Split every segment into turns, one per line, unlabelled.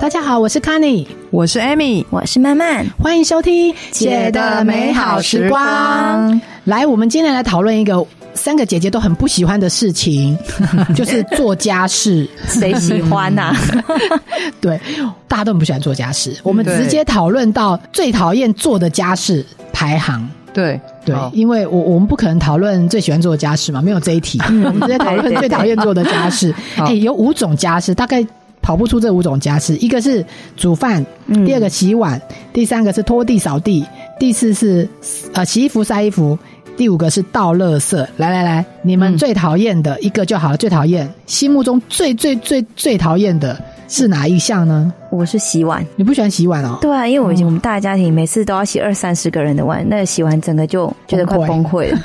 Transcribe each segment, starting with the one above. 大家好，我是 c a n n y
我是 Amy，
我是曼曼，
欢迎收听《
姐的美好时光》。
来，我们今天来讨论一个三个姐姐都很不喜欢的事情，就是做家事。
谁喜欢啊呐、
对，大家都很不喜欢做家事。我们
对
直接讨论到最讨厌做的家事排行。
对
对
好，
因为我我们不可能讨论最喜欢做的家事嘛，没有这一 题，我们直接讨论最讨厌做的家事。
好
哎、有五种家事，大概跑不出这五种家事，一个是煮饭，
嗯
第二个洗碗，第三个是拖地扫地，第四是呃洗衣服晒衣服。第五个是倒垃圾，来来来，你们
嗯
最讨厌的一个就好了，最讨厌，心目中最最最最讨厌的是哪一项呢？
我是洗碗。
你不喜欢洗碗哦？
对啊，因为我已经我们大家庭每次都要洗二三十个人的碗，那洗完整个就觉得快崩
崩
溃了。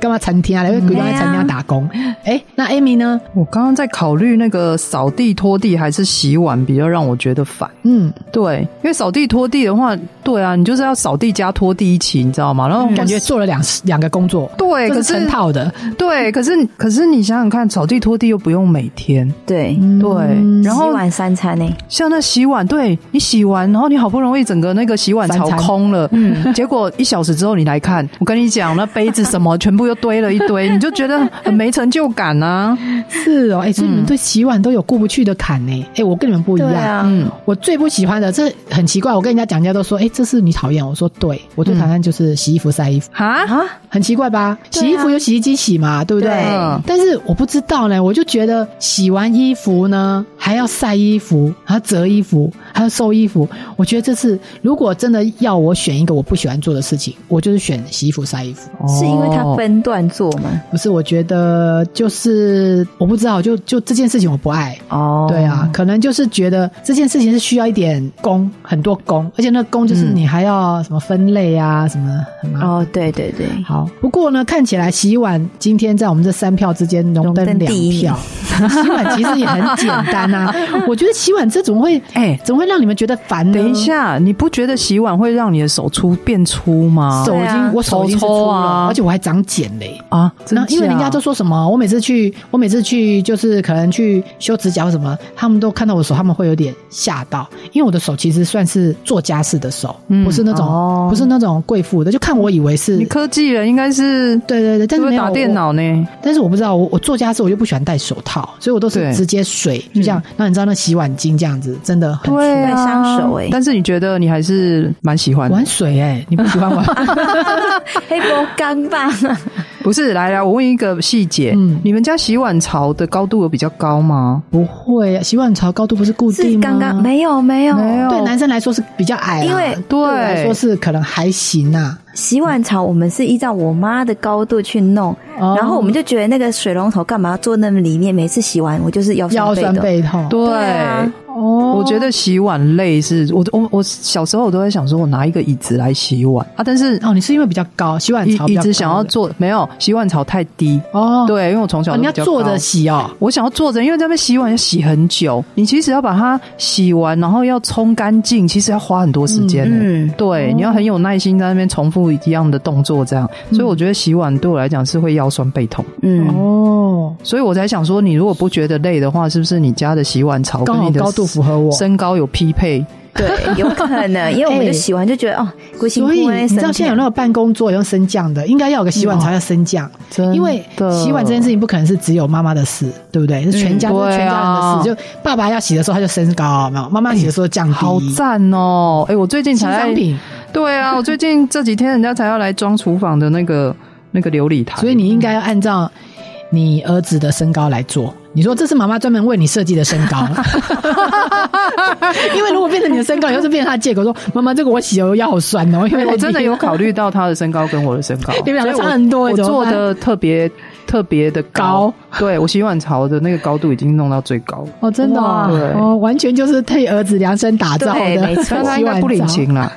干嘛餐厅啊？因为鬼都在餐
嗯
厅打工。哎、那 Amy 呢？
我刚刚在考虑那个扫地、拖地还是洗碗比较让我觉得烦。
嗯，
对，因为扫地、拖地的话，对啊，你就是要扫地加拖地一起，你知道吗？然后
感觉做了两两个工作，
嗯对，
这
可
是成
是
套的，
对，可是可是你想想看，扫地、拖地又不用每天，
对，
嗯
对，然后
洗碗三餐呢、
像那洗碗，对你洗完，然后你好不容易整个那个洗碗槽
三餐
空了，嗯，结果一小时之后你来看，我跟你讲，那杯子什么全部又堆了一堆，你就觉得很没成就感啊。
是哦，哎、所以你们对洗碗都有过不去的坎呢、哎、我跟你们不一样。
对啊，
嗯，
我最不喜欢的，这很奇怪。我跟人家讲，人家都说：“哎、这是你讨厌。”我说：“对，我最讨厌就是洗衣服、晒衣服，
哈，
啊，
很奇怪吧？
对啊
洗衣服有洗衣机洗嘛，对不对？
对
嗯
但是我不知道呢，我就觉得洗完衣服呢，还要晒衣服，还要折衣服，还要收衣服。我觉得这是如果真的要我选一个我不喜欢做的事情，我就是选洗衣服、晒衣服。
是因为它
哦
分段做吗？
不是，我觉得就是我不知道，就就这件事情我不爱。
哦
对，啊，可能就是觉得这件事情是需要一点工，很多工，而且那工就是
嗯
你还要什么分类啊，什么很麻烦。
哦，对对对，
好，不过呢，看起来洗碗今天在我们这三票之间荣登
荣登
两
第一
票。洗碗其实也很简单啊，我觉得洗碗这怎么会，
哎、
怎么会让你们觉得烦呢？
等一，下，你不觉得洗碗会让你的手粗变粗吗？
手已经、
对啊
我手已经是
手
粗
抽
了，
啊
而且我还长茧嘞、
啊，真
然
的
后，因为人家都说什么，我每次去，我每次去就是可能去修指甲或什么，他们都看到我手，他们会有点吓到，因为我的手其实算是做家事的手，
嗯
不是那种、
哦
不是那种贵妇的，就看我以为是
你，科技人应该是
对对对，但是
是不
没
是
有
打电，
我
脑呢？
但是我不知道，我我做家事我就不喜欢戴手套，所以我都是
对
直接水就这样，那你知道那洗碗巾这样子真的很
对啊，
会伤手欸
但是你觉得你还是蛮喜欢的
玩，水哎、你不喜欢玩？
黑波钢吧，
不是？来来，我问一个细节，
嗯
你们家洗碗槽的高度有比较高吗？
不会啊，洗碗槽高度不是固
是
定吗？
刚刚没有没有，
没有
对男生来说是比较矮啦，
因为
对我来说是可能还行啊。
洗碗槽我们是依照我妈的高度去弄，
哦
然后我们就觉得那个水龙头干嘛要坐那么里面？每次洗完我就是腰酸
腰
背
酸
的。
背痛。
对。
对啊
哦
我觉得洗碗类是我我我小时候我都在想说，我拿一个椅子来洗碗啊，但是
哦，你是因为比较高，洗碗
椅
槽比
椅
较
子
高
想
的
要坐没有，洗碗槽太低，
哦，
对，因为我从小
哦，你
都比
要
较
坐
高
着洗哦。
我想要坐着，因为在那边洗碗要洗很久，你其实要把它洗完，然后要冲干净，其实要花很多时间、欸。
嗯，
对，你要很有耐心在那边重复一样的动作，这样，
嗯
所以我觉得洗碗对我来讲是会腰酸背痛，
嗯，
哦，
所以我才想说，你如果不觉得累的话，是不是你家的洗碗槽
刚
跟
好
你的
高度符合我。
身高有匹配？
对，有可 能，因为我们就洗完就觉得、哦，不行，
哎所以你知道现在有那
那
个办公桌用升降的，应该要有个洗碗槽要升降，
真
因为洗碗这件事情不可能是只有妈妈的事，对不对？啊是全家、
嗯
是全家人的
对
事。就爸爸要洗的时候他就升高，没有妈妈洗的时候降低。
好赞哦！哎、我最近
新
才
商品，
对啊，我最近这几天人家才要来装厨房的那个那个琉璃台，
所以你应该要按照你儿子的身高来做。你说这是妈妈专门为你设计的身高， 因为如果变成你的身高，以后是变成他的借口说妈妈这个我洗了腰好酸哦，因为
我真的有考虑到他的身高跟我的身高，
你们两个
所以
差
我
很多
我
怎么
做
办
的特别特别的高，对我洗碗槽的那个高度已经弄到最高了，
哦真的
哇
哦
对
哦，完全就是替儿子量身打造
对 没
的
错
洗碗
但是
槽
他应该不领。情啦。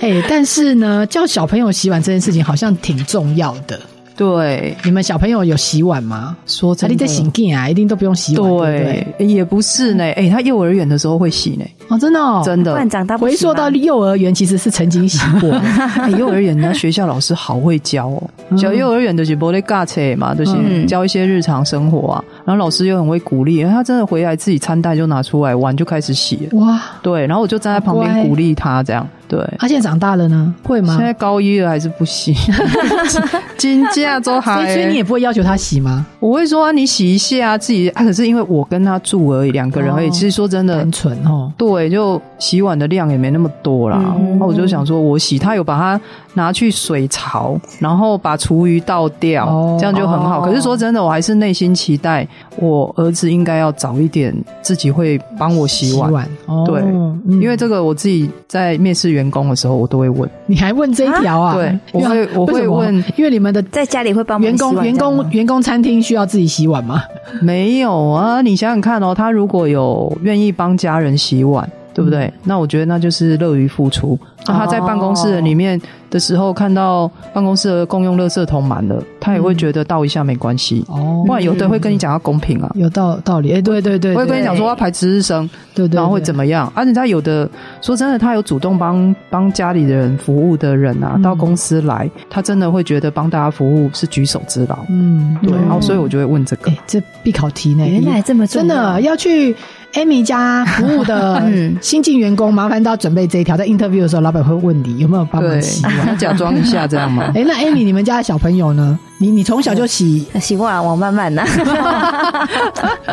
哎，但是呢，叫小朋友洗碗这件事情好像挺重要的。
对，
你们小朋友有洗碗吗？
说
他
真
你在
的，
洗净啊，一定都不用洗碗，对不对？
对，也不是呢。哎，他幼儿园的时候会洗呢，
哦，真的哦，
真
不
的
然。长大不
回
行
溯
吗
到幼儿园，其实是曾经洗过。
哎幼儿园那学校老
嗯
师好会教哦，小幼儿园的是不会尬车嘛，就是
嗯
教一些日常生活啊。然后老师又很会鼓励，他真的回来自己餐袋就拿出来玩，就开始洗了。
哇，
对，然后我就站在旁
好乖
边鼓励他，这样对。
他现在长大了呢，会吗
现？在高一了还是 不洗，金价都
所以，
还。
所以你也不会要求他洗吗？
我会说、啊、你洗一下、自己、啊。可是因为我跟他住而已，两个人而已。
哦
其实说真的
单，纯哦，
对，就洗碗的量也没那么多啦。
嗯
然后我就想说，我洗，他有把它拿去水槽，然后把厨余倒掉，
哦
这样就很好。
哦
可是说真的，我还是内心期待我儿子应该要早一点自己会帮我洗碗，
哦，
对
嗯
因为这个我自己在面试员工的时候我都会问。
你还问这一条啊？
对我
因为
会我会
为什么
问
因为你们的
在家里会帮忙
员工
洗碗
员
这样
工
吗
员工餐厅需要自己洗碗吗？
没有啊，你想想看哦，他如果有愿意帮家人洗碗，对不
嗯
对？那我觉得那就是乐于付出。那他在办公室里面的时候，看到办公室的公用垃圾桶满了，他也会觉得倒一下没关系。
哦
不然有的会跟你讲要公平啊，
有道道理，哎，对对对，
我会跟你讲说要排值日生，
对，对对，
然后会怎
么？
么样？而且他有的说真的，他有主动帮帮家里的人服务的人
嗯
啊，到公司来，他真的会觉得帮大家服务是举手之劳。
嗯，
对，然后所以
以
我就会问这个
哎，，这必考题呢，
原来这么重
真
要
的要去 Amy 家服务 的
嗯
新进员工，麻烦都要准备这一条，在 interview 的时候，老板会问你有没有帮忙
对
洗，碗。
要假装一下这样吗？
哎，那 Amy，你们家的小朋友呢？你你从小就 洗，
洗碗啊我慢 慢拿，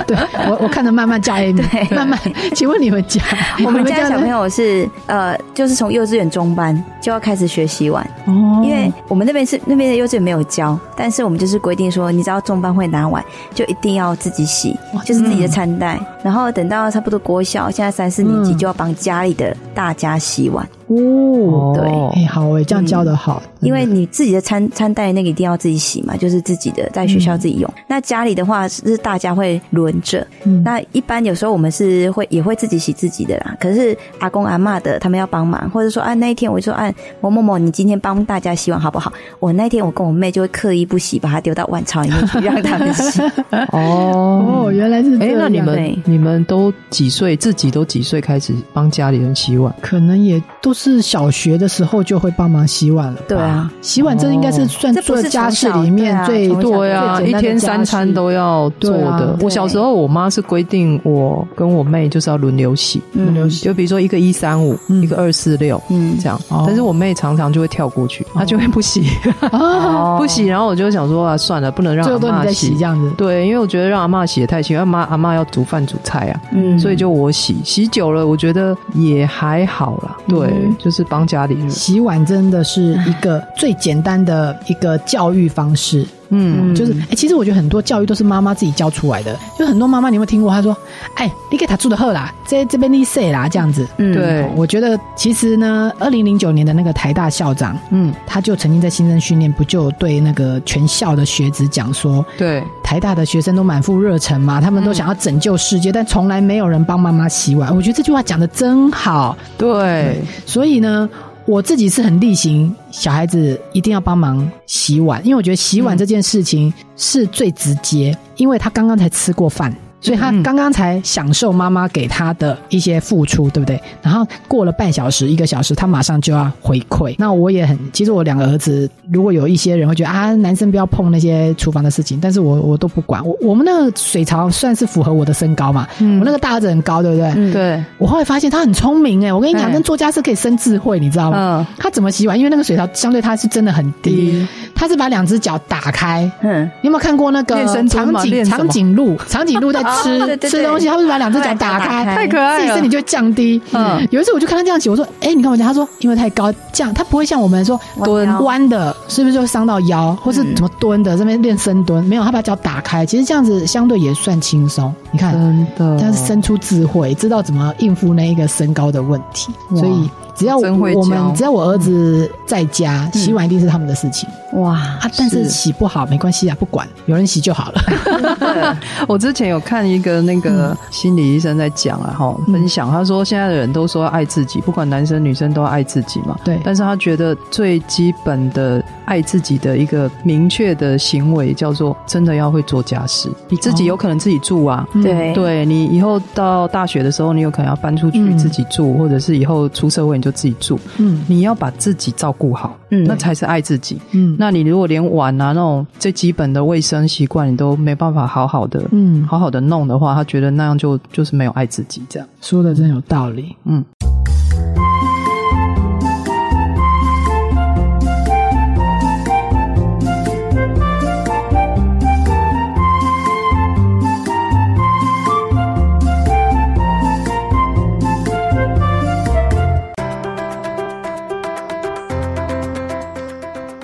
对我我看着慢慢叫 Amy，
对
慢慢，请问你们家，
我们家的小朋
友
友是呃，就是从幼稚园中班就要开始学洗碗，
哦
因为我们那边是那边的幼稚园没有教，但是我们就是规定说，你只要中班会拿碗，就一定要自己洗
哇，嗯
就是自己的餐袋。然后等到差不多国小，现在三四年级
嗯
就要帮家里的大家洗碗，
哦，哎、
对，
好哎、这样教的好，
嗯因为你自己的餐餐袋那个一定要自己洗嘛，就是自己的在学校自己用。那家里的话是大家会轮着，
嗯
那一般有时候我们是会也会自己洗自己的啦，可是阿公阿嬷的他们要帮忙，或者说啊那一天我就说啊某某某你今天帮大家洗碗好不好？我那一天我跟我妹就会刻意不洗，把它丢到碗槽里面去让他们洗。
哦
哦，。原来是这
哎、
样。
那你们
对
你们都几岁？自己都几岁开始帮家里人洗碗？
可能也都是小学的时候就会帮忙洗碗了吧。
对啊，
洗碗这应该是算
这不
做
是
家事
从小
里面最
对啊从小
对啊，
最
哦一
简单的
天三餐都要做
对
的。
啊
我小时候，我妈是规定我跟我妹就是要轮流洗，
轮流
嗯
洗
就比如说一个一三五，
嗯
一个二四六
嗯
这样
哦。
但是我妹常常就会跳过去，她就会不洗，
啊，
不洗。然后我就想说啊，算了，不嗯能让
最
阿
后都你
妈
在洗这样子。
对，因为我觉得让阿嬷洗也太辛苦，阿妈阿嬷要煮饭煮菜啊，
嗯
所以就我洗洗久了，我觉得也还好啦。对，
嗯
就是帮家里人，
洗碗真的是一个最简单的一个教育方式，
嗯，
就是哎、其实我觉得很多教育都是妈妈自己教出来的，就很多妈妈你有没有听过？她说：“哎、你给他住的后啦，在这边你睡啦，这样子。”
嗯
对，
我觉得其实呢，二零零九年的那个台大校长，
嗯，
他就曾经在新生训练不就对那个全校的学子讲说，
对，
台大的学生都满腹热忱嘛，他
嗯
们都想要拯救世界，但从来没有人帮妈妈洗碗。我觉得这句话讲的真好，
对，
所以呢。我自己是很力行，小孩子一定要帮忙洗碗，因为我觉得洗
嗯
碗这件事情是最直接，因为他刚刚才吃过饭，所以他
嗯
刚刚才享受妈妈给他的一些付出，对不对？然后过了半小时、一个小时，他马上就要回馈。那我也很，其实我两个儿子，如果有一些人会觉得啊，男生不要碰那些厨房的事情，但是我我都不管。我我们那个水槽算是符合我的身高嘛，
嗯
我那个大儿子很高，对不对？
嗯
对，
我后来发现他很聪明哎、我跟你讲，
哎
跟作家是可以生智慧，你知道吗？
嗯，
他怎么洗碗？因为那个水槽相对它是真的很低
低，
他是把两只脚打开。
嗯，
你有没有看过那个
练深蹲
长
嘛
颈
练什么
长颈鹿？长颈鹿在吃
哦对对对
吃东西，他不是把两只脚打
把两只脚打
开，
开
太可爱
自己
了
身体。就降低。
哎嗯
有一次我就看他这样洗，我说：“哎，你看我讲。”他说：“因为太高，这样他不会像我们说
蹲
弯的，是不是就会伤到腰，或是
嗯
怎么蹲的这边练深蹲？没有，他把脚打开，其实这样子相对也算轻松。你看，
真的，
他是生出智慧，知道怎么应付那一个身高的问题。
哇
所以只要
真会教
我们只要我儿子在家，洗碗一定是他们的事情
哇，
啊。但嗯是
是
洗不好没关系啊，不管有人洗就好了。
我之前有看一个那个心理医生在讲啊，哈、
嗯
分享，他说现在的人都说爱自己，不管男生女生都要爱自己嘛。
对
但是他觉得最基本的爱自己的一个明确的行为，叫做真的要会做家事。
哦
你自己有可能自己住啊，
嗯
对
对你以后到大学的时候，你有可能要搬出去
嗯
自己住，或者是以后出社会你就自己住，
嗯
你要把自己照顾好，
嗯
那才是爱自己。
嗯
那你如果连碗啊那种最基本的卫生习惯你都没办法好好的、
嗯，
好好的弄的话，他觉得那样就就是没有爱自己这样。
说的真有道理。
嗯，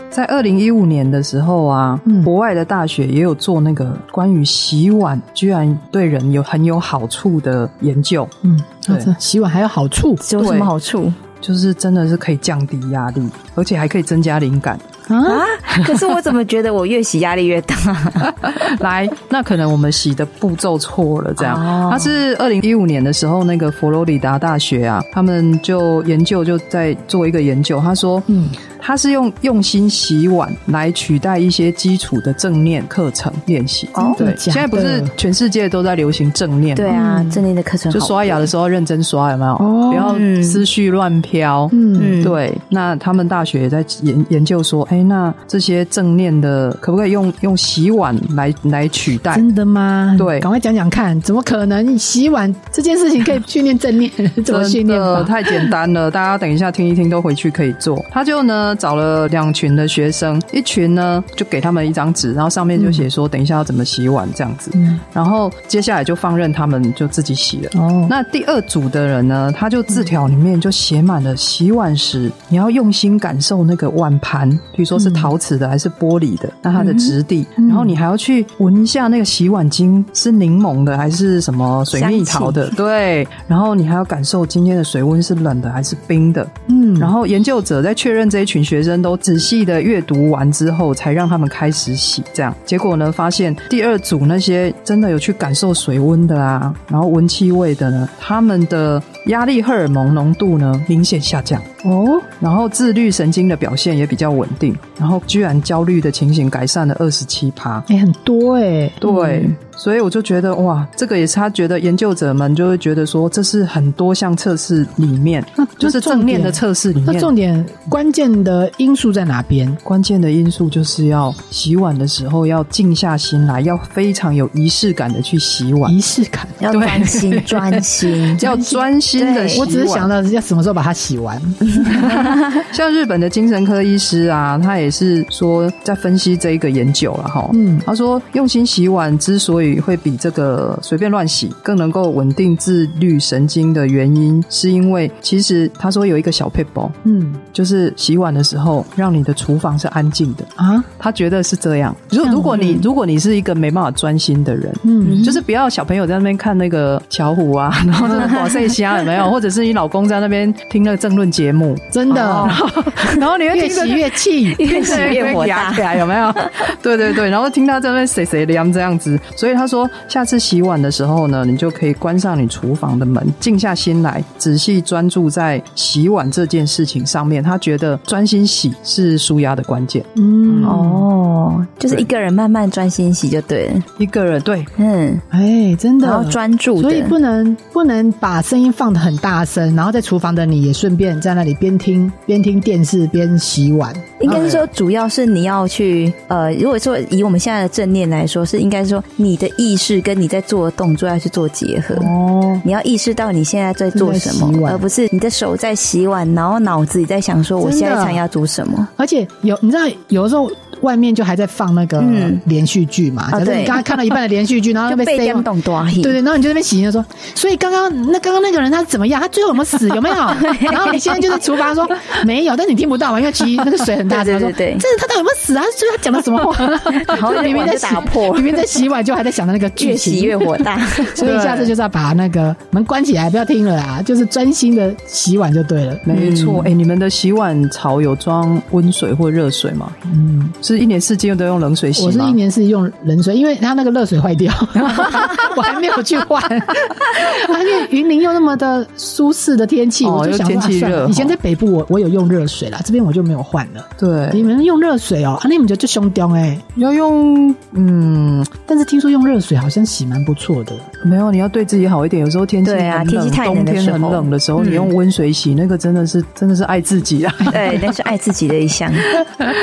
在二零一五年的时候啊，
嗯
国外的大学也有做那个关于洗碗居然对人有很有好处的研究，
嗯，
对
那这洗碗还有好处
有什
对
么好处
就是真的是可以降低压力，而且还可以增加灵感。
啊？
啊？可是我怎么觉得我越洗压力越大？
来，那可能我们洗的步骤错了，这样。
哦
它是二零一五年的时候，那个佛罗里达大学啊，他们就研究就在做一个研究，他说，
嗯
他是用用心洗碗来取代一些基础的正念课程练习。
哦
对，
假的
现在不是全世界都在流行正念吗？
对啊
嗯，
正念的课程
就
好
刷牙的时候要认真刷，有没有？
哦
不要
嗯
思绪乱飘。
嗯
嗯，
对，那他们大学也在研研究说，哎，那这些正念的可不可以用用洗碗来来取代？
真的吗？
对
赶快讲讲看，怎么可能洗碗这件事情可以训练正念？ 怎么训练
真的
法？
太简 单了，大家等一下听一听，都回去可以做。他就呢找了两群的学生，一群呢就给他们一张纸，然后上面就写说等一下要怎么洗碗这样子，
嗯
然后接下来就放任他们就自己洗了。
哦，
那第二组的人呢，他就字条里面就写满了洗碗时你要用心感受那个碗盘，比如说是陶瓷的还是玻璃的，那它的质地，然后你还要去闻一下那个洗碗巾是柠檬的还是什么水蜜桃的，对，然后你还要感受今天的水温是冷的还是冰的，
嗯，
然后研究者在确认这一群学生都仔细的阅读完之后，才让他们开始洗。这样，结果呢，发现第二组那些真的有去感受水温的啊，然后闻气味的呢，他们的压力荷尔蒙浓度呢明显下降，
哦，
然后自律神经的表现也比较稳定，然后居然焦虑的情形改善了二十七趴。
哎、很多哎、
对，所以我就觉得哇，这个也是他觉得研究者们就会觉得说，这是很多项测试里面，
那
就是正面的
测。
测试里面
那，重点关键的因素在哪边？
关键的因素就是要洗碗的时候要静下心来，要非常有仪式感的去洗碗，
仪式感。
要
对
专心 专心。
要专心的洗碗。
对
我只是想，到要什么时候把它洗完。
像日本的精神科医师啊，他也是说在分析这一个研究了哈。
嗯
他说，用心洗碗之所以会比这个随便乱洗更能够稳定自律神经的原因，是因为其实他说有一个小 p e p
嗯
就是洗碗的时候让你的厨房是安静的。
啊
他觉得是这样。如如果你如果你是一个没办法专心的人，
嗯
就是不要小朋友在那边看那个巧虎啊，然后那个宝塞虾有没有，或者是你老公在那边听那个政论节目，
真的、
哦
然后你 会
越
听着
洗越气。
越洗越火
牙
大
起，来有没有？对对对，然后听他这边谁谁凉这样子，所以他说下次洗碗的时候呢，你就可以关上你厨房的门，静下心来，仔细专注在洗碗这件事情上面。他觉得专心洗是舒压的关键。
嗯哦，
哦，就是一个人慢慢专心洗就对了，
一个人对
嗯，
哎，真的
然后专注
所以
的，
不能不能把声音放得很大声，然后在厨房的你也顺便在那里边听边听电视边洗碗。哦
应该是
嗯
说主要是你要去呃，如果说以我们现在的正念来说，是应该说你的意识跟你在做的动作要去做结合。
哦，
你要意识到你现在在做什
正在洗
么，
碗
而不是你的手在洗碗，然后脑子里在想说我
真的
下一餐要煮什么。
而且有你知道，有的时候外面就还在放那个
嗯
连续剧嘛，假
啊
设你
对
刚刚看到一半的连 续剧，然后
就
啊被
被
塞
颠
完
动多
对对，然后你就在那边洗，就说，所以刚刚那刚刚那个人他是怎么样？他最后有没有死？ 有没有？然后你现在就在厨房说没有，但你听不到嘛，因为其实那个水很大声，
对对
说
对对
这是他到底有没有死啊？所以他讲了什么话？ 然
后
明明在
就
洗
打破
明明在洗碗，就还在想着那个剧
越洗
情。
越火 大。
所以下次就是要把那个门关起来，不要听了啦，就是专心的洗碗就对了。
嗯没错，哎、你们的洗碗槽有装温水或热水吗？
嗯，
是一年四季都用冷水洗
我是
吗
一？年是用冷水，因为它那个热水坏 掉，我还没有去换。而且云林又那么的舒适的天气，
哦
我就想
又
说、
天气
啊算了
热哦
以前在北部我我有用热水啦，这边我就没有换了。你
对，
们用热水哦、啊，那你们就就凶掉哎。
要用嗯，
但是听说用热水好像洗蛮不错的，
没有，你要对自己好一点。有时候天气
对啊
很冷
天气太冷
冬
的时
天
候
很冷的时候，
嗯
你用温水洗，那个真的是真的是爱自 己啊。
对，那是爱自己的一项，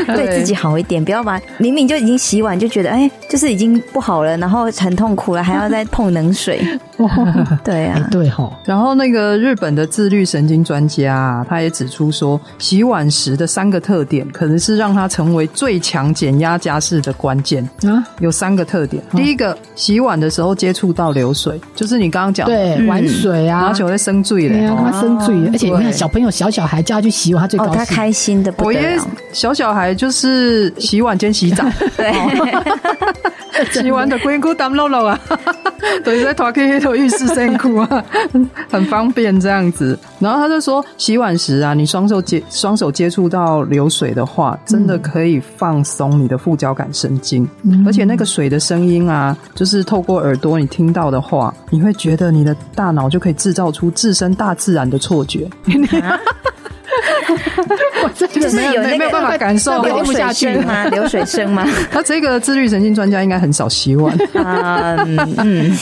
对自己好一点，不要把明明就已经洗碗就觉得哎，就是已经不好了，然后很痛苦了，还要再碰冷 水。
哦
对
哎、
啊，
对吼，
然后那个日本的自律神经专家啊，他也指出说，洗碗时的三个特点，可能是让它成为最强减压家事的关键。
啊，
有三个特点，第一个，洗碗的时候接触到流水，就是你刚刚讲的，
对，
嗯
玩水
然
啊，
后就会生醉
对
嘞。
啊，
哦
他妈生醉了，而且你看
对
小朋友小小孩叫他去洗碗，他最高
哦，
兴。
他开心的不
我
得
爷爷
了，
小小孩就是洗碗兼 洗澡，
对，
洗完的龟裤当露露啊， 对，在拖去那头浴室内裤啊， 很方便这样子。然后他就说，洗碗时啊，你双手接双手接触到流水的话，真的可以放松你的副交感神经，
嗯
而且那个水的声音啊，就是透过耳朵你听到的话，你会觉得你的大脑就可以制造出置身大自然的错觉，
我真 的
就是
没
有
没有
那个
没有办法感受
那。
流
流不
水
下去
声吗？流水 声吗？
他这个自律神经专家应该很少洗碗。
啊嗯嗯，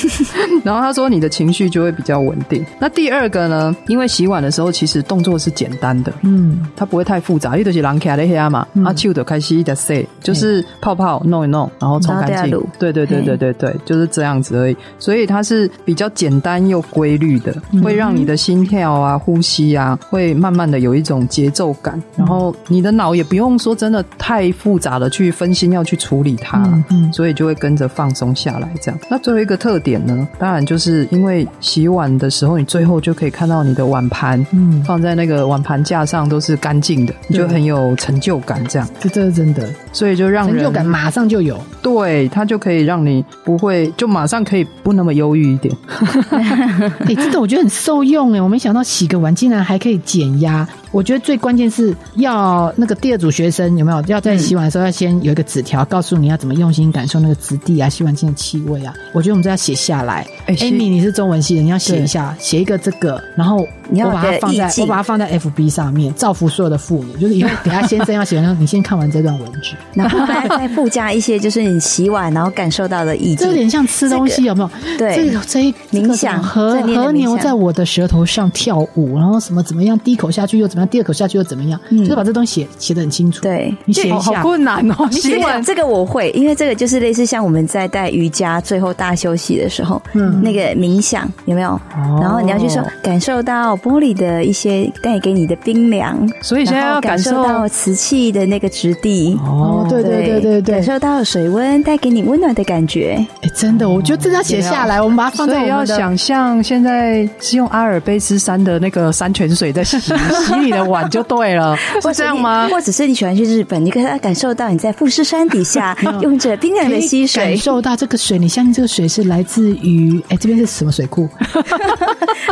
然后他说你的情绪就会比较稳定。那第二个呢，因为洗碗的时候其实动作是简单的，
嗯，
它不会太复杂，因为就是狼卡的黑嘛，啊手就开始在洗，就是泡泡弄一弄，然后冲干
然后
净
再卤。
对对对对对对，就是这样子而已。所以它是比较简单又规律的，会让你的心跳啊、呼吸啊，会慢慢的有一种节奏感。然后你的脑也不用说真的太复杂的去分心要去处理它
嗯嗯，
所以就会跟着放松下来。这样。那最后一个特点呢，当然就是因为洗碗的时候，你最后就可以看到你的碗盘，
嗯
放在那个碗盘架上都是干净的，你就很有成就感，这样，
这这是真的，
所以就让人
成就感马上就有。
对它就可以让你不会就马上可以不那么忧郁一点，
哎、真的我觉得很受用哎，我没想到洗个碗竟然还可以减压。我觉得最关键是要那个第二组学生有没有要
嗯
在洗碗的时候要先有一个纸条，告诉你要怎么用心感受那个质地啊、洗碗巾的气味啊。我觉得我们这要写下来。
哎是
Amy，你是中文系的，你要写一下，写一个这个，然后
你要
我把它
有
放在
意境
我把它放在 FB 上面，造福所有的妇女。就是以后 给他先生要写，然后你先看完这段文具。
然后再再附加一些，就是你洗碗然后感受到的意
这有
境，
点像吃东西，有没有？
对
这个这一
冥
这个
想
和
正念的
和
冥
牛
想
在我的舌头上跳舞，然后什么怎么样，第一口下去又怎么样，第二口下去又怎么样，
嗯
就是把这东西写写的很清楚。，
对。
你写一
好
下，
困难哦，洗
这个
碗。
这个我会，因为这个就是类似像我们在带瑜伽最后大休息的时候，
嗯
那个冥想有没有？然后你要去说
哦
感受到玻璃的一些带给你的冰凉，
所以现在
然后
要感
感
受
到瓷器的那个质地。
哦，对对对对对
感，受到水温带给你温暖的感觉，
哎，真的，我觉得真的要写下来，我们把它放
所
在
以
我
要
们的。
想象现在是用阿尔卑斯山的那个山泉水在洗 洗你的碗就 对了，是这样吗？
或者是你喜欢去日本，你可以感受到你在富士山底 下用着冰凉
可
的
以
溪
感
水，
受到这个水，你相信这个水是来自于哎，这边是什么水库？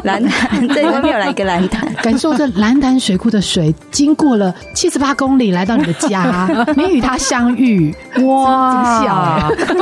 蓝 潭，这里外面有来一个蓝潭，
感受这蓝潭水库的水经过了七十八公里来到你的家， 你与它相遇，哇，笑哎、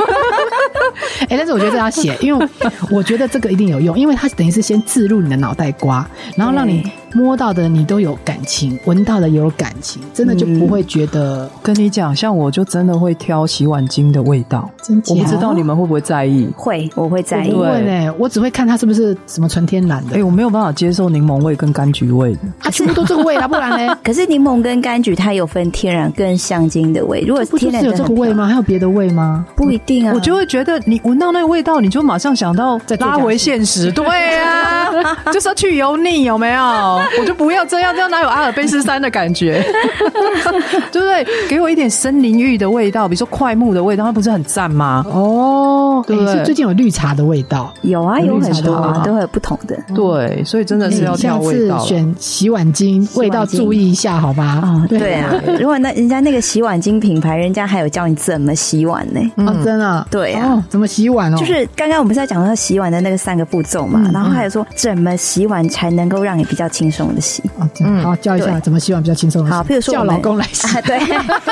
哎但是我觉得这要写，因为我觉得这个一定有用，因为它等于是先置入你的脑袋瓜，然后让你摸到的你都有感情，闻到的也有感情，真的就不会觉得、
跟你讲，像我就真的会挑洗碗巾的味道，
真
我
假
不知道你们会不会在意。
会我会在意
我不。会
对
呢、我只会看它是不是什么纯天然
哎、
的，
我没有办法接受柠檬味跟柑橘味的。
它全部都这个味啊啦，不然呢？
可是柠檬跟柑橘它有分天然跟香精的 味，如果
不就
天然
是
的
有这个味吗？还有别的味吗？
很？不一定啊，
我就会觉得你闻到那个味道，你就马上想到
再做
拉
家
回
事
现实，对啊，就是要去油腻，有没有？我就不要这样，这样哪有阿尔卑斯山的 感觉，对不对？给我一点森林浴的味道，比如说快木的味道，它不是很赞吗？
哦，
对
哎是最近有绿茶的味道。
有啊，有很多
绿茶
啊，
的
都会有不同的
对，所以真的是要
你嗯下
挑味
次
道了。
哎选洗碗巾，
碗巾
味道注意一下，好吧？
啊。对啊，如果那人家那个洗碗巾品牌，人家还有教你怎么洗碗呢。
哦，真的，
嗯对啊
哦，怎么洗碗哦？
就是刚刚我们是在讲到洗碗的那个三个步骤嘛，
嗯
然后还有说怎么洗碗才能够让你比较轻轻松的洗。
啊，这样好教一下
嗯对
怎么洗碗比较轻松的事。
好，譬如说
叫
我们
老公来洗，
啊， 对，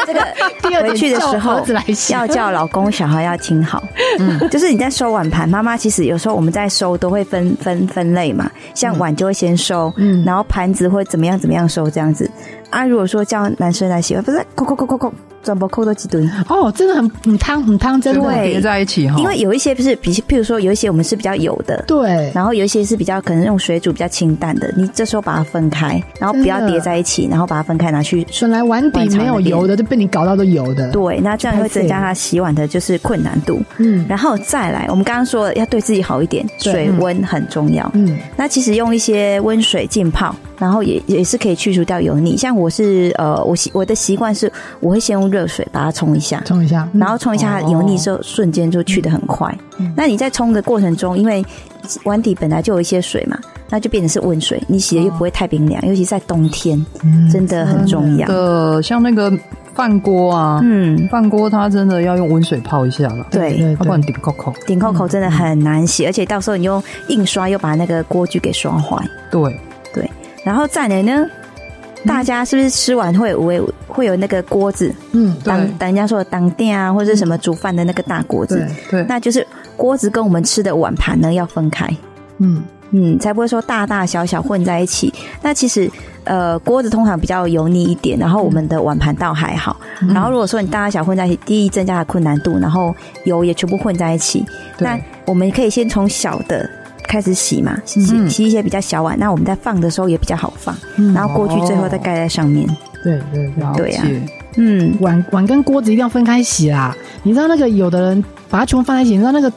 这个
第二点
回去的
叫
时
儿
候
子来洗
要叫老公、小孩要听好。嗯， 就是你在收碗盘，妈妈其实有时候我们在收都会分分分类嘛，像碗就会先收，
嗯
然后盘子会怎么样怎么样收这样子。啊，如果说叫男生来洗，不是扣扣扣扣扣，转播扣到几吨。
哦，真的很很汤很汤，真的
对
叠在一起哈，
因为有一些不是，比譬如说有一些我们是比较油的，
对，
然后有一些是比较可能用水煮比较清淡的，你这时候把它分开，然后不要
真的
叠在一起，然后把它分开拿去
本来碗底没有油的，就被你搞到都油的。，
对，那这样会增加他洗碗的就是困难度。
嗯
然后再来，我们刚刚说了要对自己好一点，
对
水温很重要。
嗯，
那其实用一些温水浸泡，然后也也是可以去除掉油腻。像我是呃，我习我的习惯是，我会先用热水把它冲一下，
冲一下，
然后冲一下它的油腻之后，瞬间就去的很快。
嗯
那你在冲的过程中，因为碗底本来就有一些水嘛，那就变成是温水，你洗的又不会太冰凉，尤其在冬天，
哦嗯
真的很重要
那。个呃像那个饭锅啊，
嗯，
饭锅它真的要用温水泡一下了，
对。
对
要不
对
然顶扣扣。
顶扣口真的很难洗，而且到时候你用硬刷又把那个锅具给刷坏。
对，
然后再来呢，大家是不是吃完会有会有会有那个锅子，
嗯，
对
当当人家说的当店啊，或者是什么煮饭的那个大锅子
对，，
对，
那就是锅子跟我们吃的碗盘呢要分开。
嗯，
嗯，才不会说大大小小混在一起。那其实，呃，锅子通常比较油腻一点，然后我们的碗盘倒还好。然后如果说你大大小混在一起，第一增加了困难度，然后油也全部混在一起。
对
那我们可以先从小的开始洗嘛，洗洗
嗯
洗一些比较小碗，那我们在放的时候也比较好放，
嗯
然后锅具最后再盖在上面。
对对对。
了
对啊
解，
嗯，
碗碗跟锅子一定要分开洗啦。你知道那个有的人把它全部放在一起，你知道那个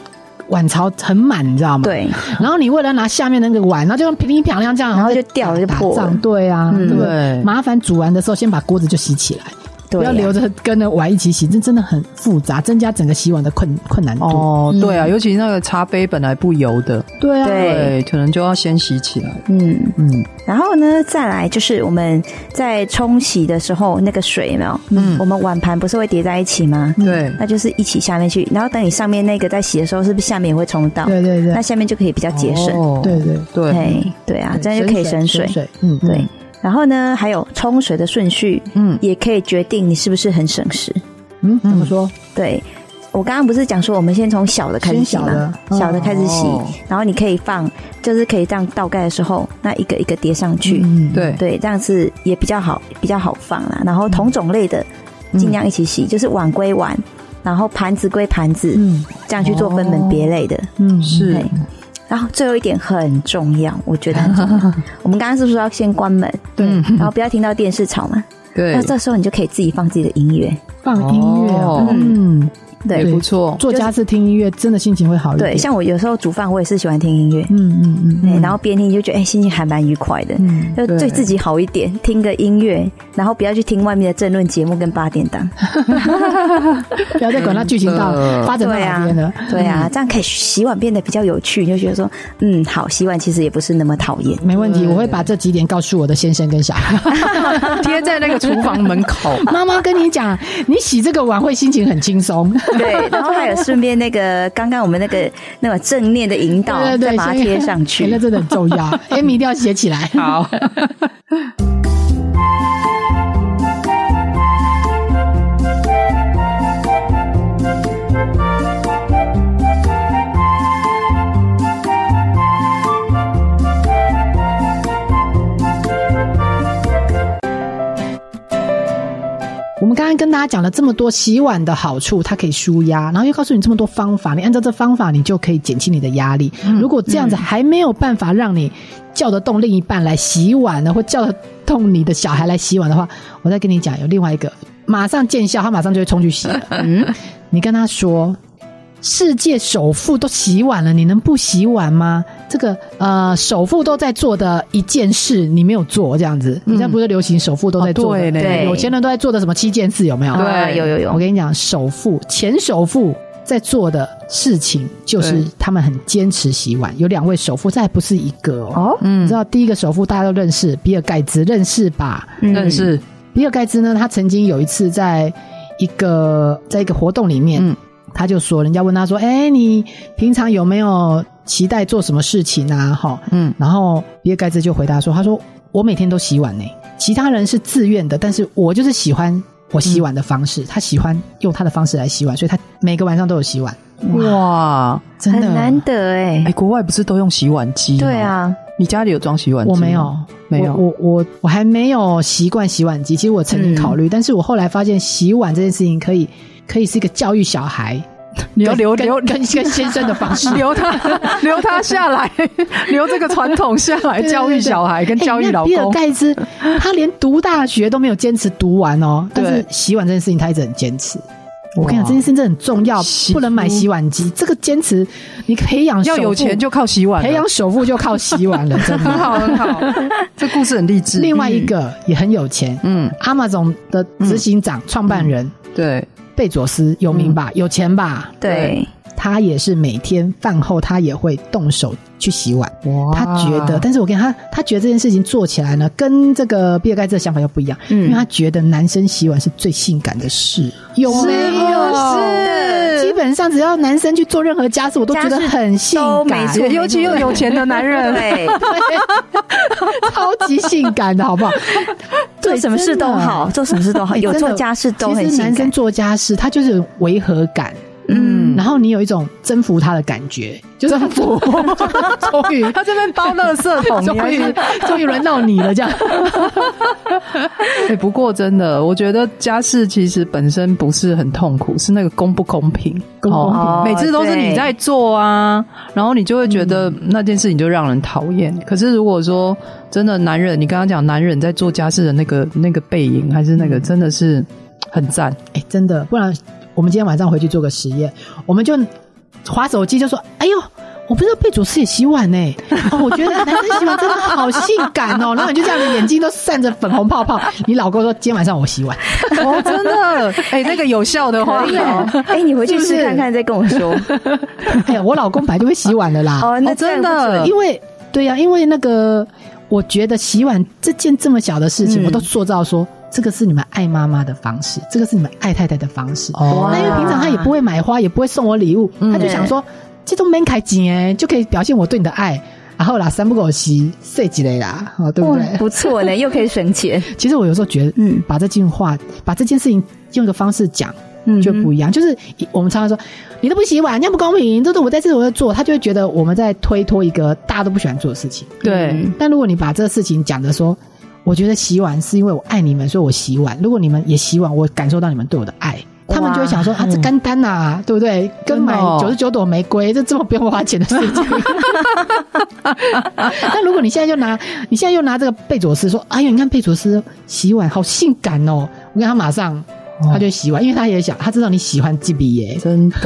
碗槽很满，你知道吗？。
对，
然后你为了拿下面那个碗，然后就用噼里啪啦这样，
然后就
在
掉了就
打
破
仗
了。
对啊，
嗯
对不
对
麻烦煮完的时候先把锅子就洗起来，
对
不
啊、
要留着跟着碗一起洗，这真的很复杂，增加整个洗碗的困困难度。
哦，对啊，尤其那个茶杯本来不油的，
对啊，
嗯对
对，可能就要先洗起来。
嗯，
嗯，
然后呢，再来就是我们在冲洗的时候，那个水有没有？嗯，我们碗盘不是会叠在一起吗？
对，
那就是一起下面去，然后等你上面那个在洗的时候，是不是下面也会冲到？
对对
那
对
下面就可以比较节省。
哦
对对
对，
对对啊，这样就可以省水。
水，嗯，
对，然后呢，还有冲水的顺序，
嗯
也可以决定你是不是很省时。
嗯，怎么说？
对。我刚刚不是讲说，我们先从小的开始洗
先小的
吗？
嗯
小的开始洗
哦，
然后你可以放，就是可以这样倒盖的时候，那一个一个叠上去，
嗯，
对
对，这样子也比较好，比较好放啦。然后同种类的
嗯
尽量一起洗，就是碗归碗，然后盘子归盘子，
嗯
这样去做分门别类的。
嗯，
是
对然后最后一点很重要，我觉 得很重要。我们刚刚是不是要先关门，
对，
嗯
然后不要听到电视吵嘛？
对
那，这时候你就可以自己放自己的音乐，
放音乐啊
哦，
嗯，
也
对
不 错。
做家事听音乐真的心情会好一点。
对。像我有时候煮饭，我也是喜欢听音乐，
嗯嗯
对
嗯，
然后边听就觉得哎、心情还蛮愉快的。
嗯，
就对
对
自己好一点，听个音乐，然后不要去听外面的政论节目跟八点档。
不要再管它剧情到
嗯
发展到哪边嗯了。
对啊，这样可以洗碗变得比较有趣，你就觉得说，嗯，好，洗碗其实也不是那么讨 厌。
没问题，
对
我会把这几点告诉我的先生跟小孩。
贴在那个厨房门 口，
妈妈跟你讲，你洗这个碗会心情很轻 松。
对，然后还有顺便那个刚刚我们那个那个正念的引导，
对对
再
对，
把它
先
贴上
哎那
去。
真的很重要。Amy 一定要写起来。
好，
我们刚刚跟大家讲了这么多洗碗的好处，它可以舒压，然后又告诉你这么多方法，你按照这方法，你就可以减轻你的压力。
嗯
如果这样子还没有办法让你叫得动另一半来洗碗呢，或叫得动你的小孩来洗碗的话，我再跟你讲，有另外一个马上见效，他马上就会冲去洗了。嗯，你跟他说。世界首富都洗碗了，你能不洗碗吗？这个呃，首富都在做的一件事，你没有做，这样子。你现在不是流行首富都在做的、
嗯哦对嘞
对
有钱人都在做的什么七件事，有没有？
啊有有
我
有，
跟你讲，首富、前首富在做的事情就是
对
他们很坚持洗碗。有两位首富，这还不是一个哦。
哦，
你
嗯
知，道第一个首富大家都认识，比尔盖茨认识吧？
嗯
但是
比尔盖茨呢，他曾经有一次在一个在一个活动里面，
嗯
他就说，人家问他说：“哎、你平常有没有期待做什么事情啊？”哈，
嗯
然后比尔盖茨就回答说：“他说我每天都洗碗呢、其他人是自愿的，但是我就是喜欢我洗碗的方式，他喜欢用他的方式来洗碗，所以他每个晚上都有洗碗，
哇，
真
很
的
难得哎、
哎、国外不是都用洗碗机？
对，啊，
哎
你家里有装洗碗机？
我没有，，
没有
我我我我还没有习惯洗碗机。其实我曾经考虑，但是我后来发现洗碗这件事情可以可以是一个教育小孩，
你要
跟
留
跟
留。
跟跟先生的方式
留他留他下来， 留这个传统下
对对
来，
对
哎教育小孩跟
哎
教育
你看
老
比尔
公。
盖茨他连读大学都没有坚持读完哦，但
对
是洗碗这件事情他一直很坚持。我跟你
哇
讲，这件事情真的很重要
洗，
不能买洗碗机。这个坚持，你培养
要
首
有
富
钱就靠洗碗了，
培养首富就靠洗碗了，真
很
的。
好 很好，这故事很励志。
另外一个也很有钱，
嗯，
阿玛总的执行长、创办人
对，
贝佐斯有名
嗯
吧，有钱吧？
对，
他也是每天饭后他也会动手去洗碗。
哇
他觉得，但是我跟你讲他，他觉得这件事情做起来呢，跟这个比尔盖茨的想法又不一样，
嗯
因为他觉得男生洗碗是最性感的事，有没有？基
是
本上只要男生去做任何家事，我都觉得很性
都没
感，
错
尤其又有钱的男人，
对，
超级性感的好 不好？
做什么事都好，做什么事都好，
哎
有
真的
做家事都
其
很
实
性
男生
感。
做家事，他就是有违和感，
嗯，
然后你有一种征服他的感觉，就是征服，终于。
他这边包垃圾桶，你
终
还
于
是，
终于轮到你了，这样
哎，不过真的，我觉得家事其实本身不是很痛苦，是那个公不公平，哦
公不公平
每次都是你
哦对嗯
在做啊，然后你就会觉得那件事情就让人讨厌。可是如果说真的男人，你刚刚讲男人在做家事的那个那个背影，还是那
嗯
个真的是很赞，
哎，真的，不然我们今天晚上回去做个实验，我们就划手机就说：“哎呦，我不知道贝佐斯也洗碗呢、哦，我觉得男生洗碗真的好性感哦。”然后你就这样，你眼睛都散着粉红泡泡。你老公说：“今天晚上我洗碗。
哦，真的，哎，那个有效的话
可以哦， 哎，你回去
是不是
试看看再跟 我说。”
哎呀，我老公本来就会洗碗的啦。
哦，那
哦真
这样不
的
准
因为对呀、因为那个，我觉得洗碗这件这么小的事情，
嗯
我都塑造说这个是你们爱妈妈的方式，这个是你们爱太太的方式。
哦
那因为平常他也不会买花，也不会送我礼物，他就想说这种门开紧哎，就可以表现我对你的爱。然后啦，三不狗洗睡几类啦，哦，对不对？
哇不错呢，又可以省 钱。
其实我有时候觉得，嗯
嗯，
把这句话，把这件事情用一个方式讲，
嗯
就不一样。就是一我们常常说，你都不洗碗，你样不公平，这都我在这我在做，他就会觉得我们在推脱一个大家都不喜欢做的事情。
对，
嗯
嗯但如果你把这个事情讲的说，我觉得洗碗是因为我爱你们，所以我洗碗。如果你们也洗碗，我感受到你们对我的爱。他们就会想说
嗯
啊，这干单呐、对不对？跟买
真的哦
九十九朵玫瑰，这这么不用花钱的事 情。那如果你现在就拿，你现在又拿这个贝佐斯说，哎呦，你看贝佐斯洗碗好性感哦！我跟他马上
哦
他就洗碗，因为他也想，他知道你喜欢吉比耶，
真的，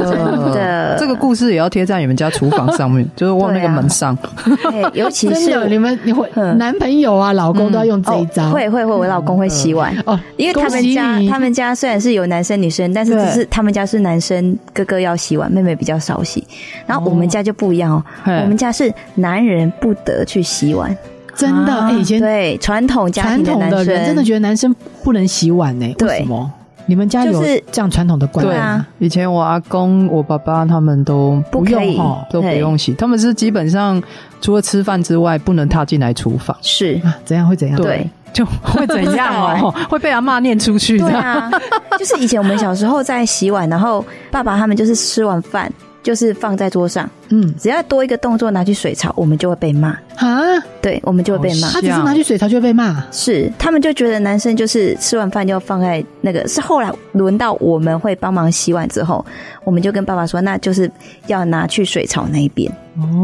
的啊
这个故事也要贴在你们家厨房上面，就是往那个门上。
哎尤其
真
是
的，你们你会
嗯
男朋友啊、老公都要用这一招。
哦会会会，我老公会洗碗。
哦，
因为他
恭
们
喜
家
你
他们家虽然是有男生女生，但是
对
只是他们家是男生哥哥要洗碗，妹妹比较少洗。然后我们家就不一样哦，
嘿
我们家是男人不得去洗碗，
真的，
啊
哎以前
对传统家
传
庭的
统
男
的
生
人真的觉得男生不能洗碗呢、
对
为什么？你们家有
就是
这样传统的观
对
念
对
吗？
啊
以前我阿公、我爸爸他们都
不可以
不用哦
都不
对
用洗，他们是基本上除了吃饭之外，不能踏进来厨房，
是
啊，怎样会怎样？
对
就会怎样 哦？会被阿妈念出去
对
的。
啊，就是以前我们小时候在洗碗，然后爸爸他们就是吃完饭就是放在桌上，
嗯
只要多一个动作拿去水槽，我们就会被骂，
啊，
对我们就会被骂
他。只
这
是
样
拿去水槽就会被骂。
哦是，他们就觉得男生就是吃完饭就要放在那个，是后来轮到我们会帮忙洗碗之后，我们就跟爸爸说，那就是要拿去水槽那一边。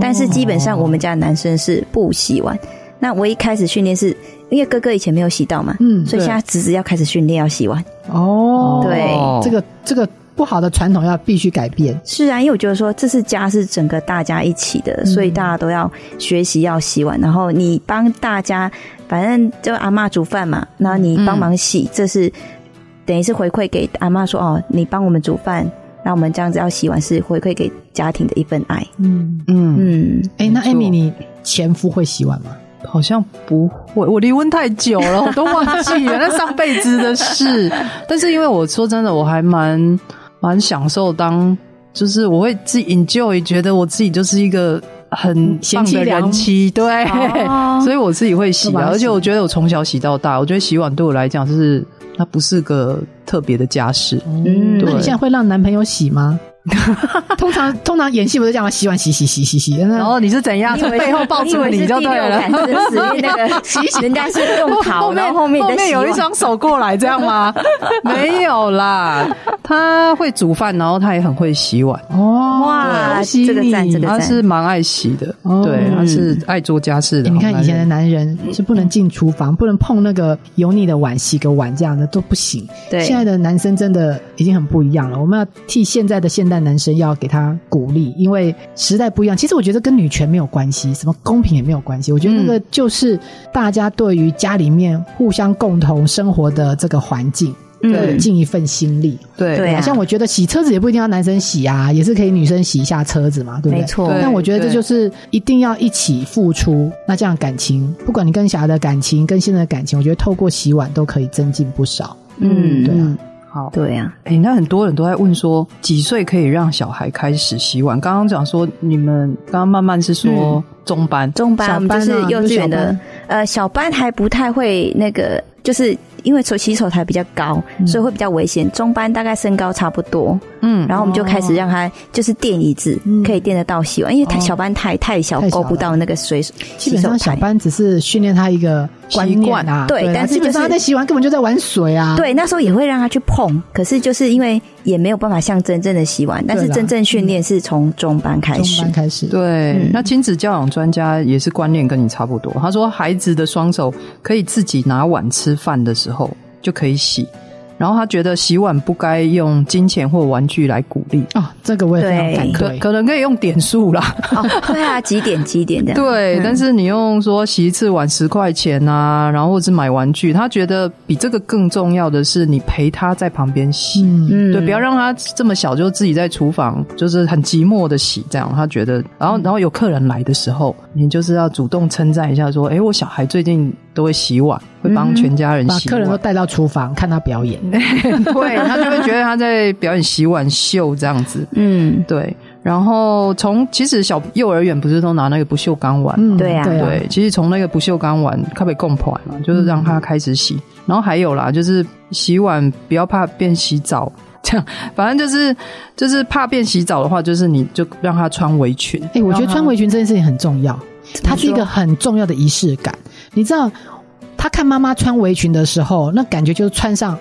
但是基本上我们家男生是不洗碗。那我一开始训练是因为哥哥以前没有洗到嘛，
嗯
所以
对
现在侄子要开始训练要洗碗。
哦，
啊对
这个这个不好的传统要必须改变。
是啊，因为我觉得说这是家是整个大家一起的，所以
嗯
大家都要学习要洗碗，然后你帮大家，反正就阿嬷煮饭嘛，然后你
嗯
帮忙洗，这是等于是回馈给阿嬷说哦，你帮我们煮饭，那我们这样子要洗碗是回馈给家庭的一份爱。
嗯，
嗯，
嗯，
哎、那
没错
Amy，你前夫会洗碗吗？
好像不会，我离婚太久了，我都忘记了那上辈子的 事。但是因为我说真的，我还蛮蛮享受当，就是我会自己 enjoy，觉得我自己就是一个很
贤
棒
妻
的
良母
人妻，对，
哦
所以我自己会洗
都把
啊，
它
而
洗
且我觉得我从小洗到大，我觉得洗碗对我来讲就是它不是个特别的家事，
嗯，那
对
你现在会让男朋友洗 吗？通常通常演戏不是这样吗？洗碗洗洗洗洗洗，
然
然
哦
后你是怎样
你以为
背后抱住
你以
你
为
就是
第
对
六
了
感，知识，因为那 个人家是用
后
烤，然
面
后后面你在洗
有一
碗。
双手过来，这样 吗？没有啦，他会煮饭，然后他也很会洗碗，
哦
哇
恭喜
这个赞
你
这个
他是蛮爱洗的，
哦
对，他是
嗯
爱做家事的。
你看
好男
以前的
人
男人是不能进厨房，不能碰那个油腻的碗、洗个碗这样的都不行。
对
现在的男生真的已经很不一样了，我们要替现在的现代男生要给他鼓励，因为时代不一样。其实我觉得跟女权没有关系，什么公平也没有关系，我觉得那
嗯
个就是大家对于家里面互相共同生活的这个环境。
嗯
对，尽一份心力。
对
对啊
像我觉得洗车子也不一定要男生洗啊，也是可以女生洗一下车子嘛，对不对？
没错
对
但我觉得这哦就是一定要一起付出，那这样感情，不管你跟小孩的感情，跟现在的感情，我觉得透过洗碗都可以增进不少。
嗯，
对啊，
好。
对啊，
哎、那很多人都在问说，几岁可以让小孩开始洗碗？刚刚讲说，你们刚刚慢慢是说中班，
嗯中班
小
我们就
班
是
啊
幼
就
稚
小
园的
班，
呃，小班还不太会那个，就是因为手洗手台比较高，
嗯
所以会比较危险。中班大概身高差不多，
嗯，
然后我们就开始让他就是垫椅子，
哦嗯
可以垫得到洗碗，因为他
哦
小班太太小
太，小
够不到那个水
基
洗
本
手
上小
台。
班只是训练他一个观念啊，
习惯
对啊，
对但是
基本上
就是
他在洗碗根本就在玩水啊。
对，那时候也会让他去碰，可是就是因为也没有办法像真正的洗碗，但是
对啦嗯
真正训练是从中班开
中
始
班。开始，
对，
嗯
那亲子教养专家也是观念跟你差不多。他说，孩子的双手可以自己拿碗吃饭的时候就可以洗，然后他觉得洗碗不该用金钱或玩具来鼓励，
哦，这个我也非常
对
反
可
对。
可能可以用点数 啦。
哦，对啊，几点几 点这样。
对，
嗯
但是你用说洗一次碗十块钱啊，然后或者是买玩具，他觉得比这个更重要的是你陪他在旁边洗。
嗯，
嗯
对，不要让他这么小就自己在厨房，就是很寂寞的洗这样。他觉得，然后然后有客人来的时候，你就是要主动称赞一下，说：“哎，我小孩最近都会洗碗，会帮全家人
把
洗
客
碗。
人都带到厨房看他表演。
对他就会觉得他在表演洗碗秀这样子。
嗯，
对，然后从其实小幼儿园不是都拿那个不锈钢碗
嗯，
吗，
对啊
对
对，其实从那个不锈钢碗开始供款嘛，就是让他开始洗。然后还有啦，就是洗碗不要怕变洗澡，这样反正就是就是怕变洗澡的话，就是你就让他穿围裙。
哎、我觉得穿围裙这件事情很重要，它是一个很重要的仪式感。你知道，他看妈妈穿围裙的时候，那感觉就是穿上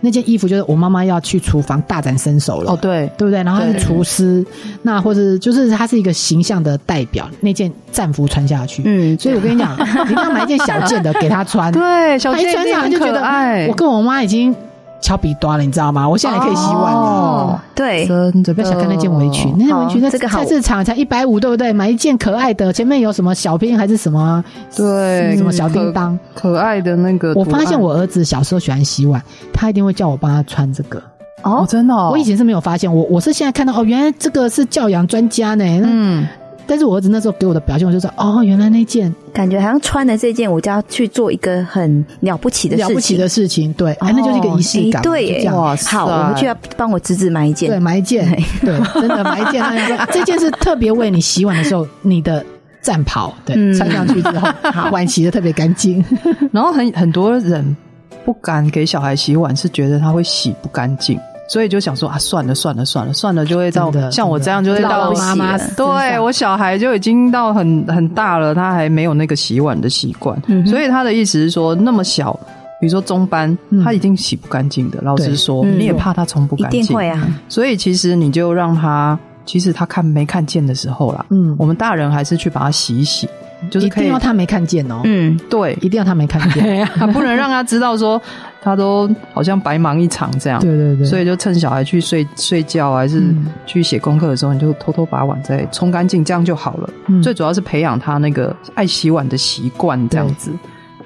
那件衣服，就是我妈妈要去厨房大展身手了。
哦，对，
对不对？然后他是
对
厨师，那或者就是他是一个形象的代表，那件战服穿下去。
嗯
所以我跟 你讲，你一定要买一件小件的给他穿。
对，小
他一
健
穿
力
上来
很
就觉
可爱，
得，我跟我妈已经敲笔端了，你知道吗？我现在也可以洗碗了。
哦，
哎
对，
真的
不要小看那件围裙，那件
呃好
围裙在
这个好
菜市场才一百五，对不对？买一件可爱的，前面有什么小兵还是什么啊
对，
什么小叮当？
可，可爱的那个图
我
案。
发现我儿子小时候喜欢洗碗，他一定会叫我帮他穿这个。
哦，真的哦，
我以前是没有发现，我我是现在看到哦，原来这个是教养专家呢。嗯，
嗯，
但是我儿子那时候给我的表现，我就说哦，原来那件
感觉好像穿了这件，我就要去做一个很了不起的事情。哦
了不起的事情，对，哎，那就是一个仪式感
哎
嘛，
对
就这
耶，
样。啊
哇塞
好，我回去要帮我侄子买一件。
对，买一件， 对，真的买一 件。那个这件是特别为你洗碗的时候，你的战袍，对，
嗯
穿上去之 后，碗洗的特别干净。
然后很很多人不敢给小孩洗碗，是觉得他会洗不干净，所以就想说啊，算了算了算了算了，就会到
真的
像我
真的
这 样就会
到
到
我洗
妈妈
了
身上，
对我小孩就已经到很很大了，他还没有那个洗碗的习惯，
嗯哼
所以他的意思是说，那么小，比如说中班，
嗯
他已经洗不干净的。老
对
实说，
嗯
你也怕他冲不
一
干净，
定会啊，
所以其实你就让他，其实他看没看见的时候啦，
嗯
我们大人还是去把它洗一洗，就是
一
可
定
以
要他没看见哦，
嗯，
对
一定要他没看见。
对啊呀、不能让他知道说他都好像白忙一场这样。
对对对，
所
以
以就趁小孩去睡睡觉，啊还是
嗯
去写功课的时候，你就偷偷把碗再冲干净，这样就好了。
嗯
最主要是培养他那个爱洗碗的习惯，这样子。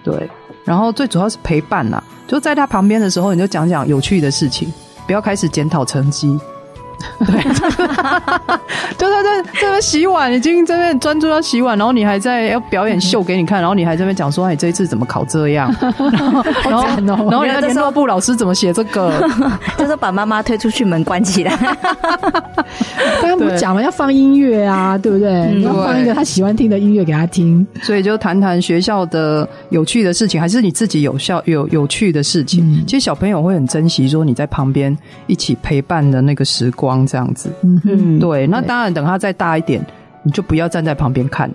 对，然后最主要是陪伴啊啦、就在他旁边的时候，你就讲讲有趣的事情，不要开始检讨成绩。 对对对，这边洗碗已经这边专注要洗碗，然后你还在要表演秀给你看，然后你还在那边讲说，哎，这一次怎么考这样？然后
惨
然
哦
后然后你的联络部老师怎么写这个？
这时候把妈妈推出去，门关起来。
刚刚不是讲了要放音乐啊，对不对？
嗯
你要放一个他喜欢听的音乐给他听。
所以就谈谈学校的有趣的事情，还是你自己有效有有趣的事情。
嗯
其实小朋友会很珍惜说你在旁边一起陪伴的那个时光，这样子。
嗯哼，
嗯，
对，那当然等他再大一点，你就不要站在旁边看了，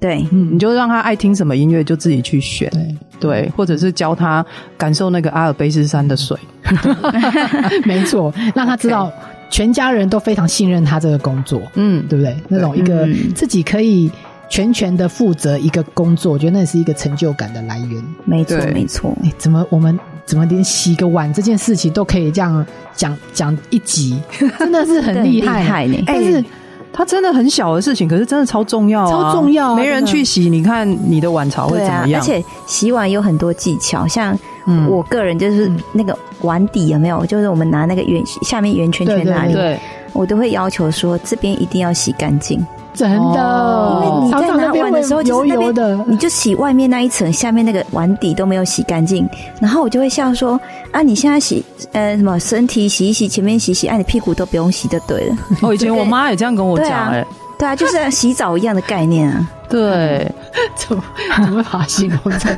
对，
你就让他爱听什么音乐就自己去选。
嗯对，
对，或者是教他感受那个阿尔卑斯山的水。
没错，让他知 道全家人都非常信任他这个工作，
嗯，
对不对？那种一个
嗯
自己可以全权的负责一个工作，我觉得那是一个成就感的来源。
没错，
对
没错。
哎，怎么我们怎么连洗个碗这件事情都可以这样讲讲一 集，真的是很厉
对
害。
厉害呢
但是
哎它真的很小的事情，可是真的超重要啊、
超重要啊
没人
真的
去洗，你看你的碗槽会
对
怎
啊
么，样？
而且洗碗有很多技巧，像
嗯
我个人就是那个碗底有没有，就是我们拿那个圆下面圆圈圈
对
那里，
对，
我都会要求说这边一定要洗干净，
真的，
哦
因为
常
你在
常那
拿
边
碗的时候，
会油
就是那
油
边
的，
你就洗外面那一层，下面那个碗底都没有洗干净，然后我就会笑说啊，你现在洗呃什么身体洗一洗，前面洗一洗，啊你屁股都不用洗就对了，
哦，以前我妈也这样跟我
对
讲、
啊
哎、
对啊，就是像洗澡一样的概念啊，
对，
怎么怎么把它形容 成？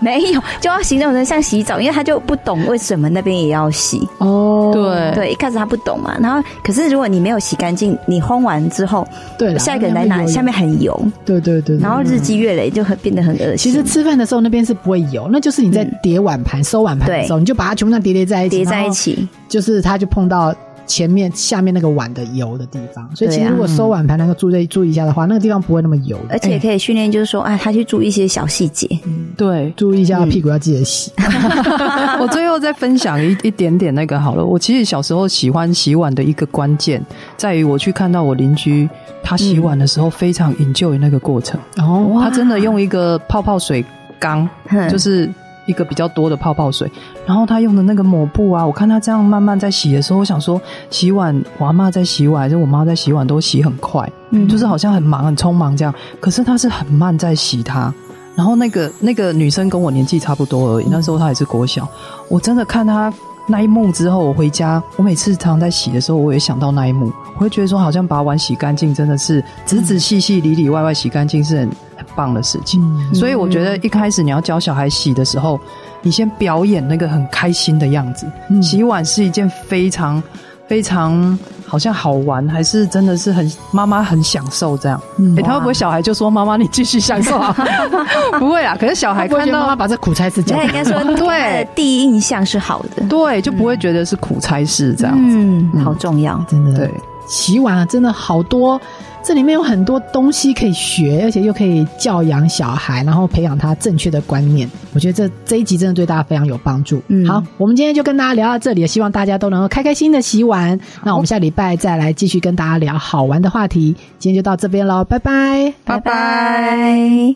没有就要形容的像洗澡，因为他就不懂为什么那边也要洗，
哦，
对
对，一开始他不懂嘛，然后可是如果你没有洗干净，你烘完之后，
对啦，啊
下一个人来拿，
那边有
下面很油，
对对对，对
然后日积月累就很变得很恶
其
心。
实吃饭的时候那边是不会油，那就是你在叠碗盘、收碗盘的时候，你就把它全部这样叠叠在一起，
嗯叠在一，起，
就是它就碰到前面下面那个碗的油的地方。所以其
对
实
啊
如果收碗盘能够注意注意一下的话，那个地方不会那么油哎的。
而且可以训练，就是说，啊，他去注意一些小细节。
对，
注意一
嗯
下屁股要记得 洗。
我最后再分享一一点点那个好了。我其实小时候喜欢洗碗的一个关键，在于我去看到我邻居他洗碗的时候非常 enjoy 那个过程，
哦，
他真的用一个泡泡水缸，
哼
就是。一个比较多的泡泡水，然后他用的那个抹布啊，我看他这样慢慢在洗的时候，我想说，洗碗我阿妈在洗碗，还是我妈在洗碗，都洗很快，
嗯
就是好像很忙很匆忙这样。可是他是很慢在洗它，然后那个那个女生跟我年纪差不多而已，那时候她也是国小，我真的看她那一幕之后，我回家，我每次常在洗的时候，我也想到那一幕，我会觉得说，好像把碗洗干净真的是仔仔细细、里里外外洗干净是很很棒的事情。
嗯
所以我觉得一开始你要教小孩洗的时候，你先表演那个很开心的样子。
嗯
洗碗是一件非常非常好像好玩，还是真的是很妈妈很享受这样。
嗯
诶他会不会小孩就说妈妈你继续享受啊？ 不会啦，可是小孩
他不会
看
觉得妈妈
到
把这苦差事讲
那应该说， 对他的第一印象是好的，
对就不会觉得是苦差事这样。
嗯，好重要。
真的
对，
洗碗啊，真的好多，这里面有很多东西可以学，而且又可以教养小孩，然后培养他正确的观念。我觉得这这一集真的对大家非常有帮助。
嗯
好，我们今天就跟大家聊到这里，希望大家都能够开开心的洗碗。那我们下礼拜再来继续跟大家聊好玩的话题。今天就到这边喽，拜拜。
拜拜。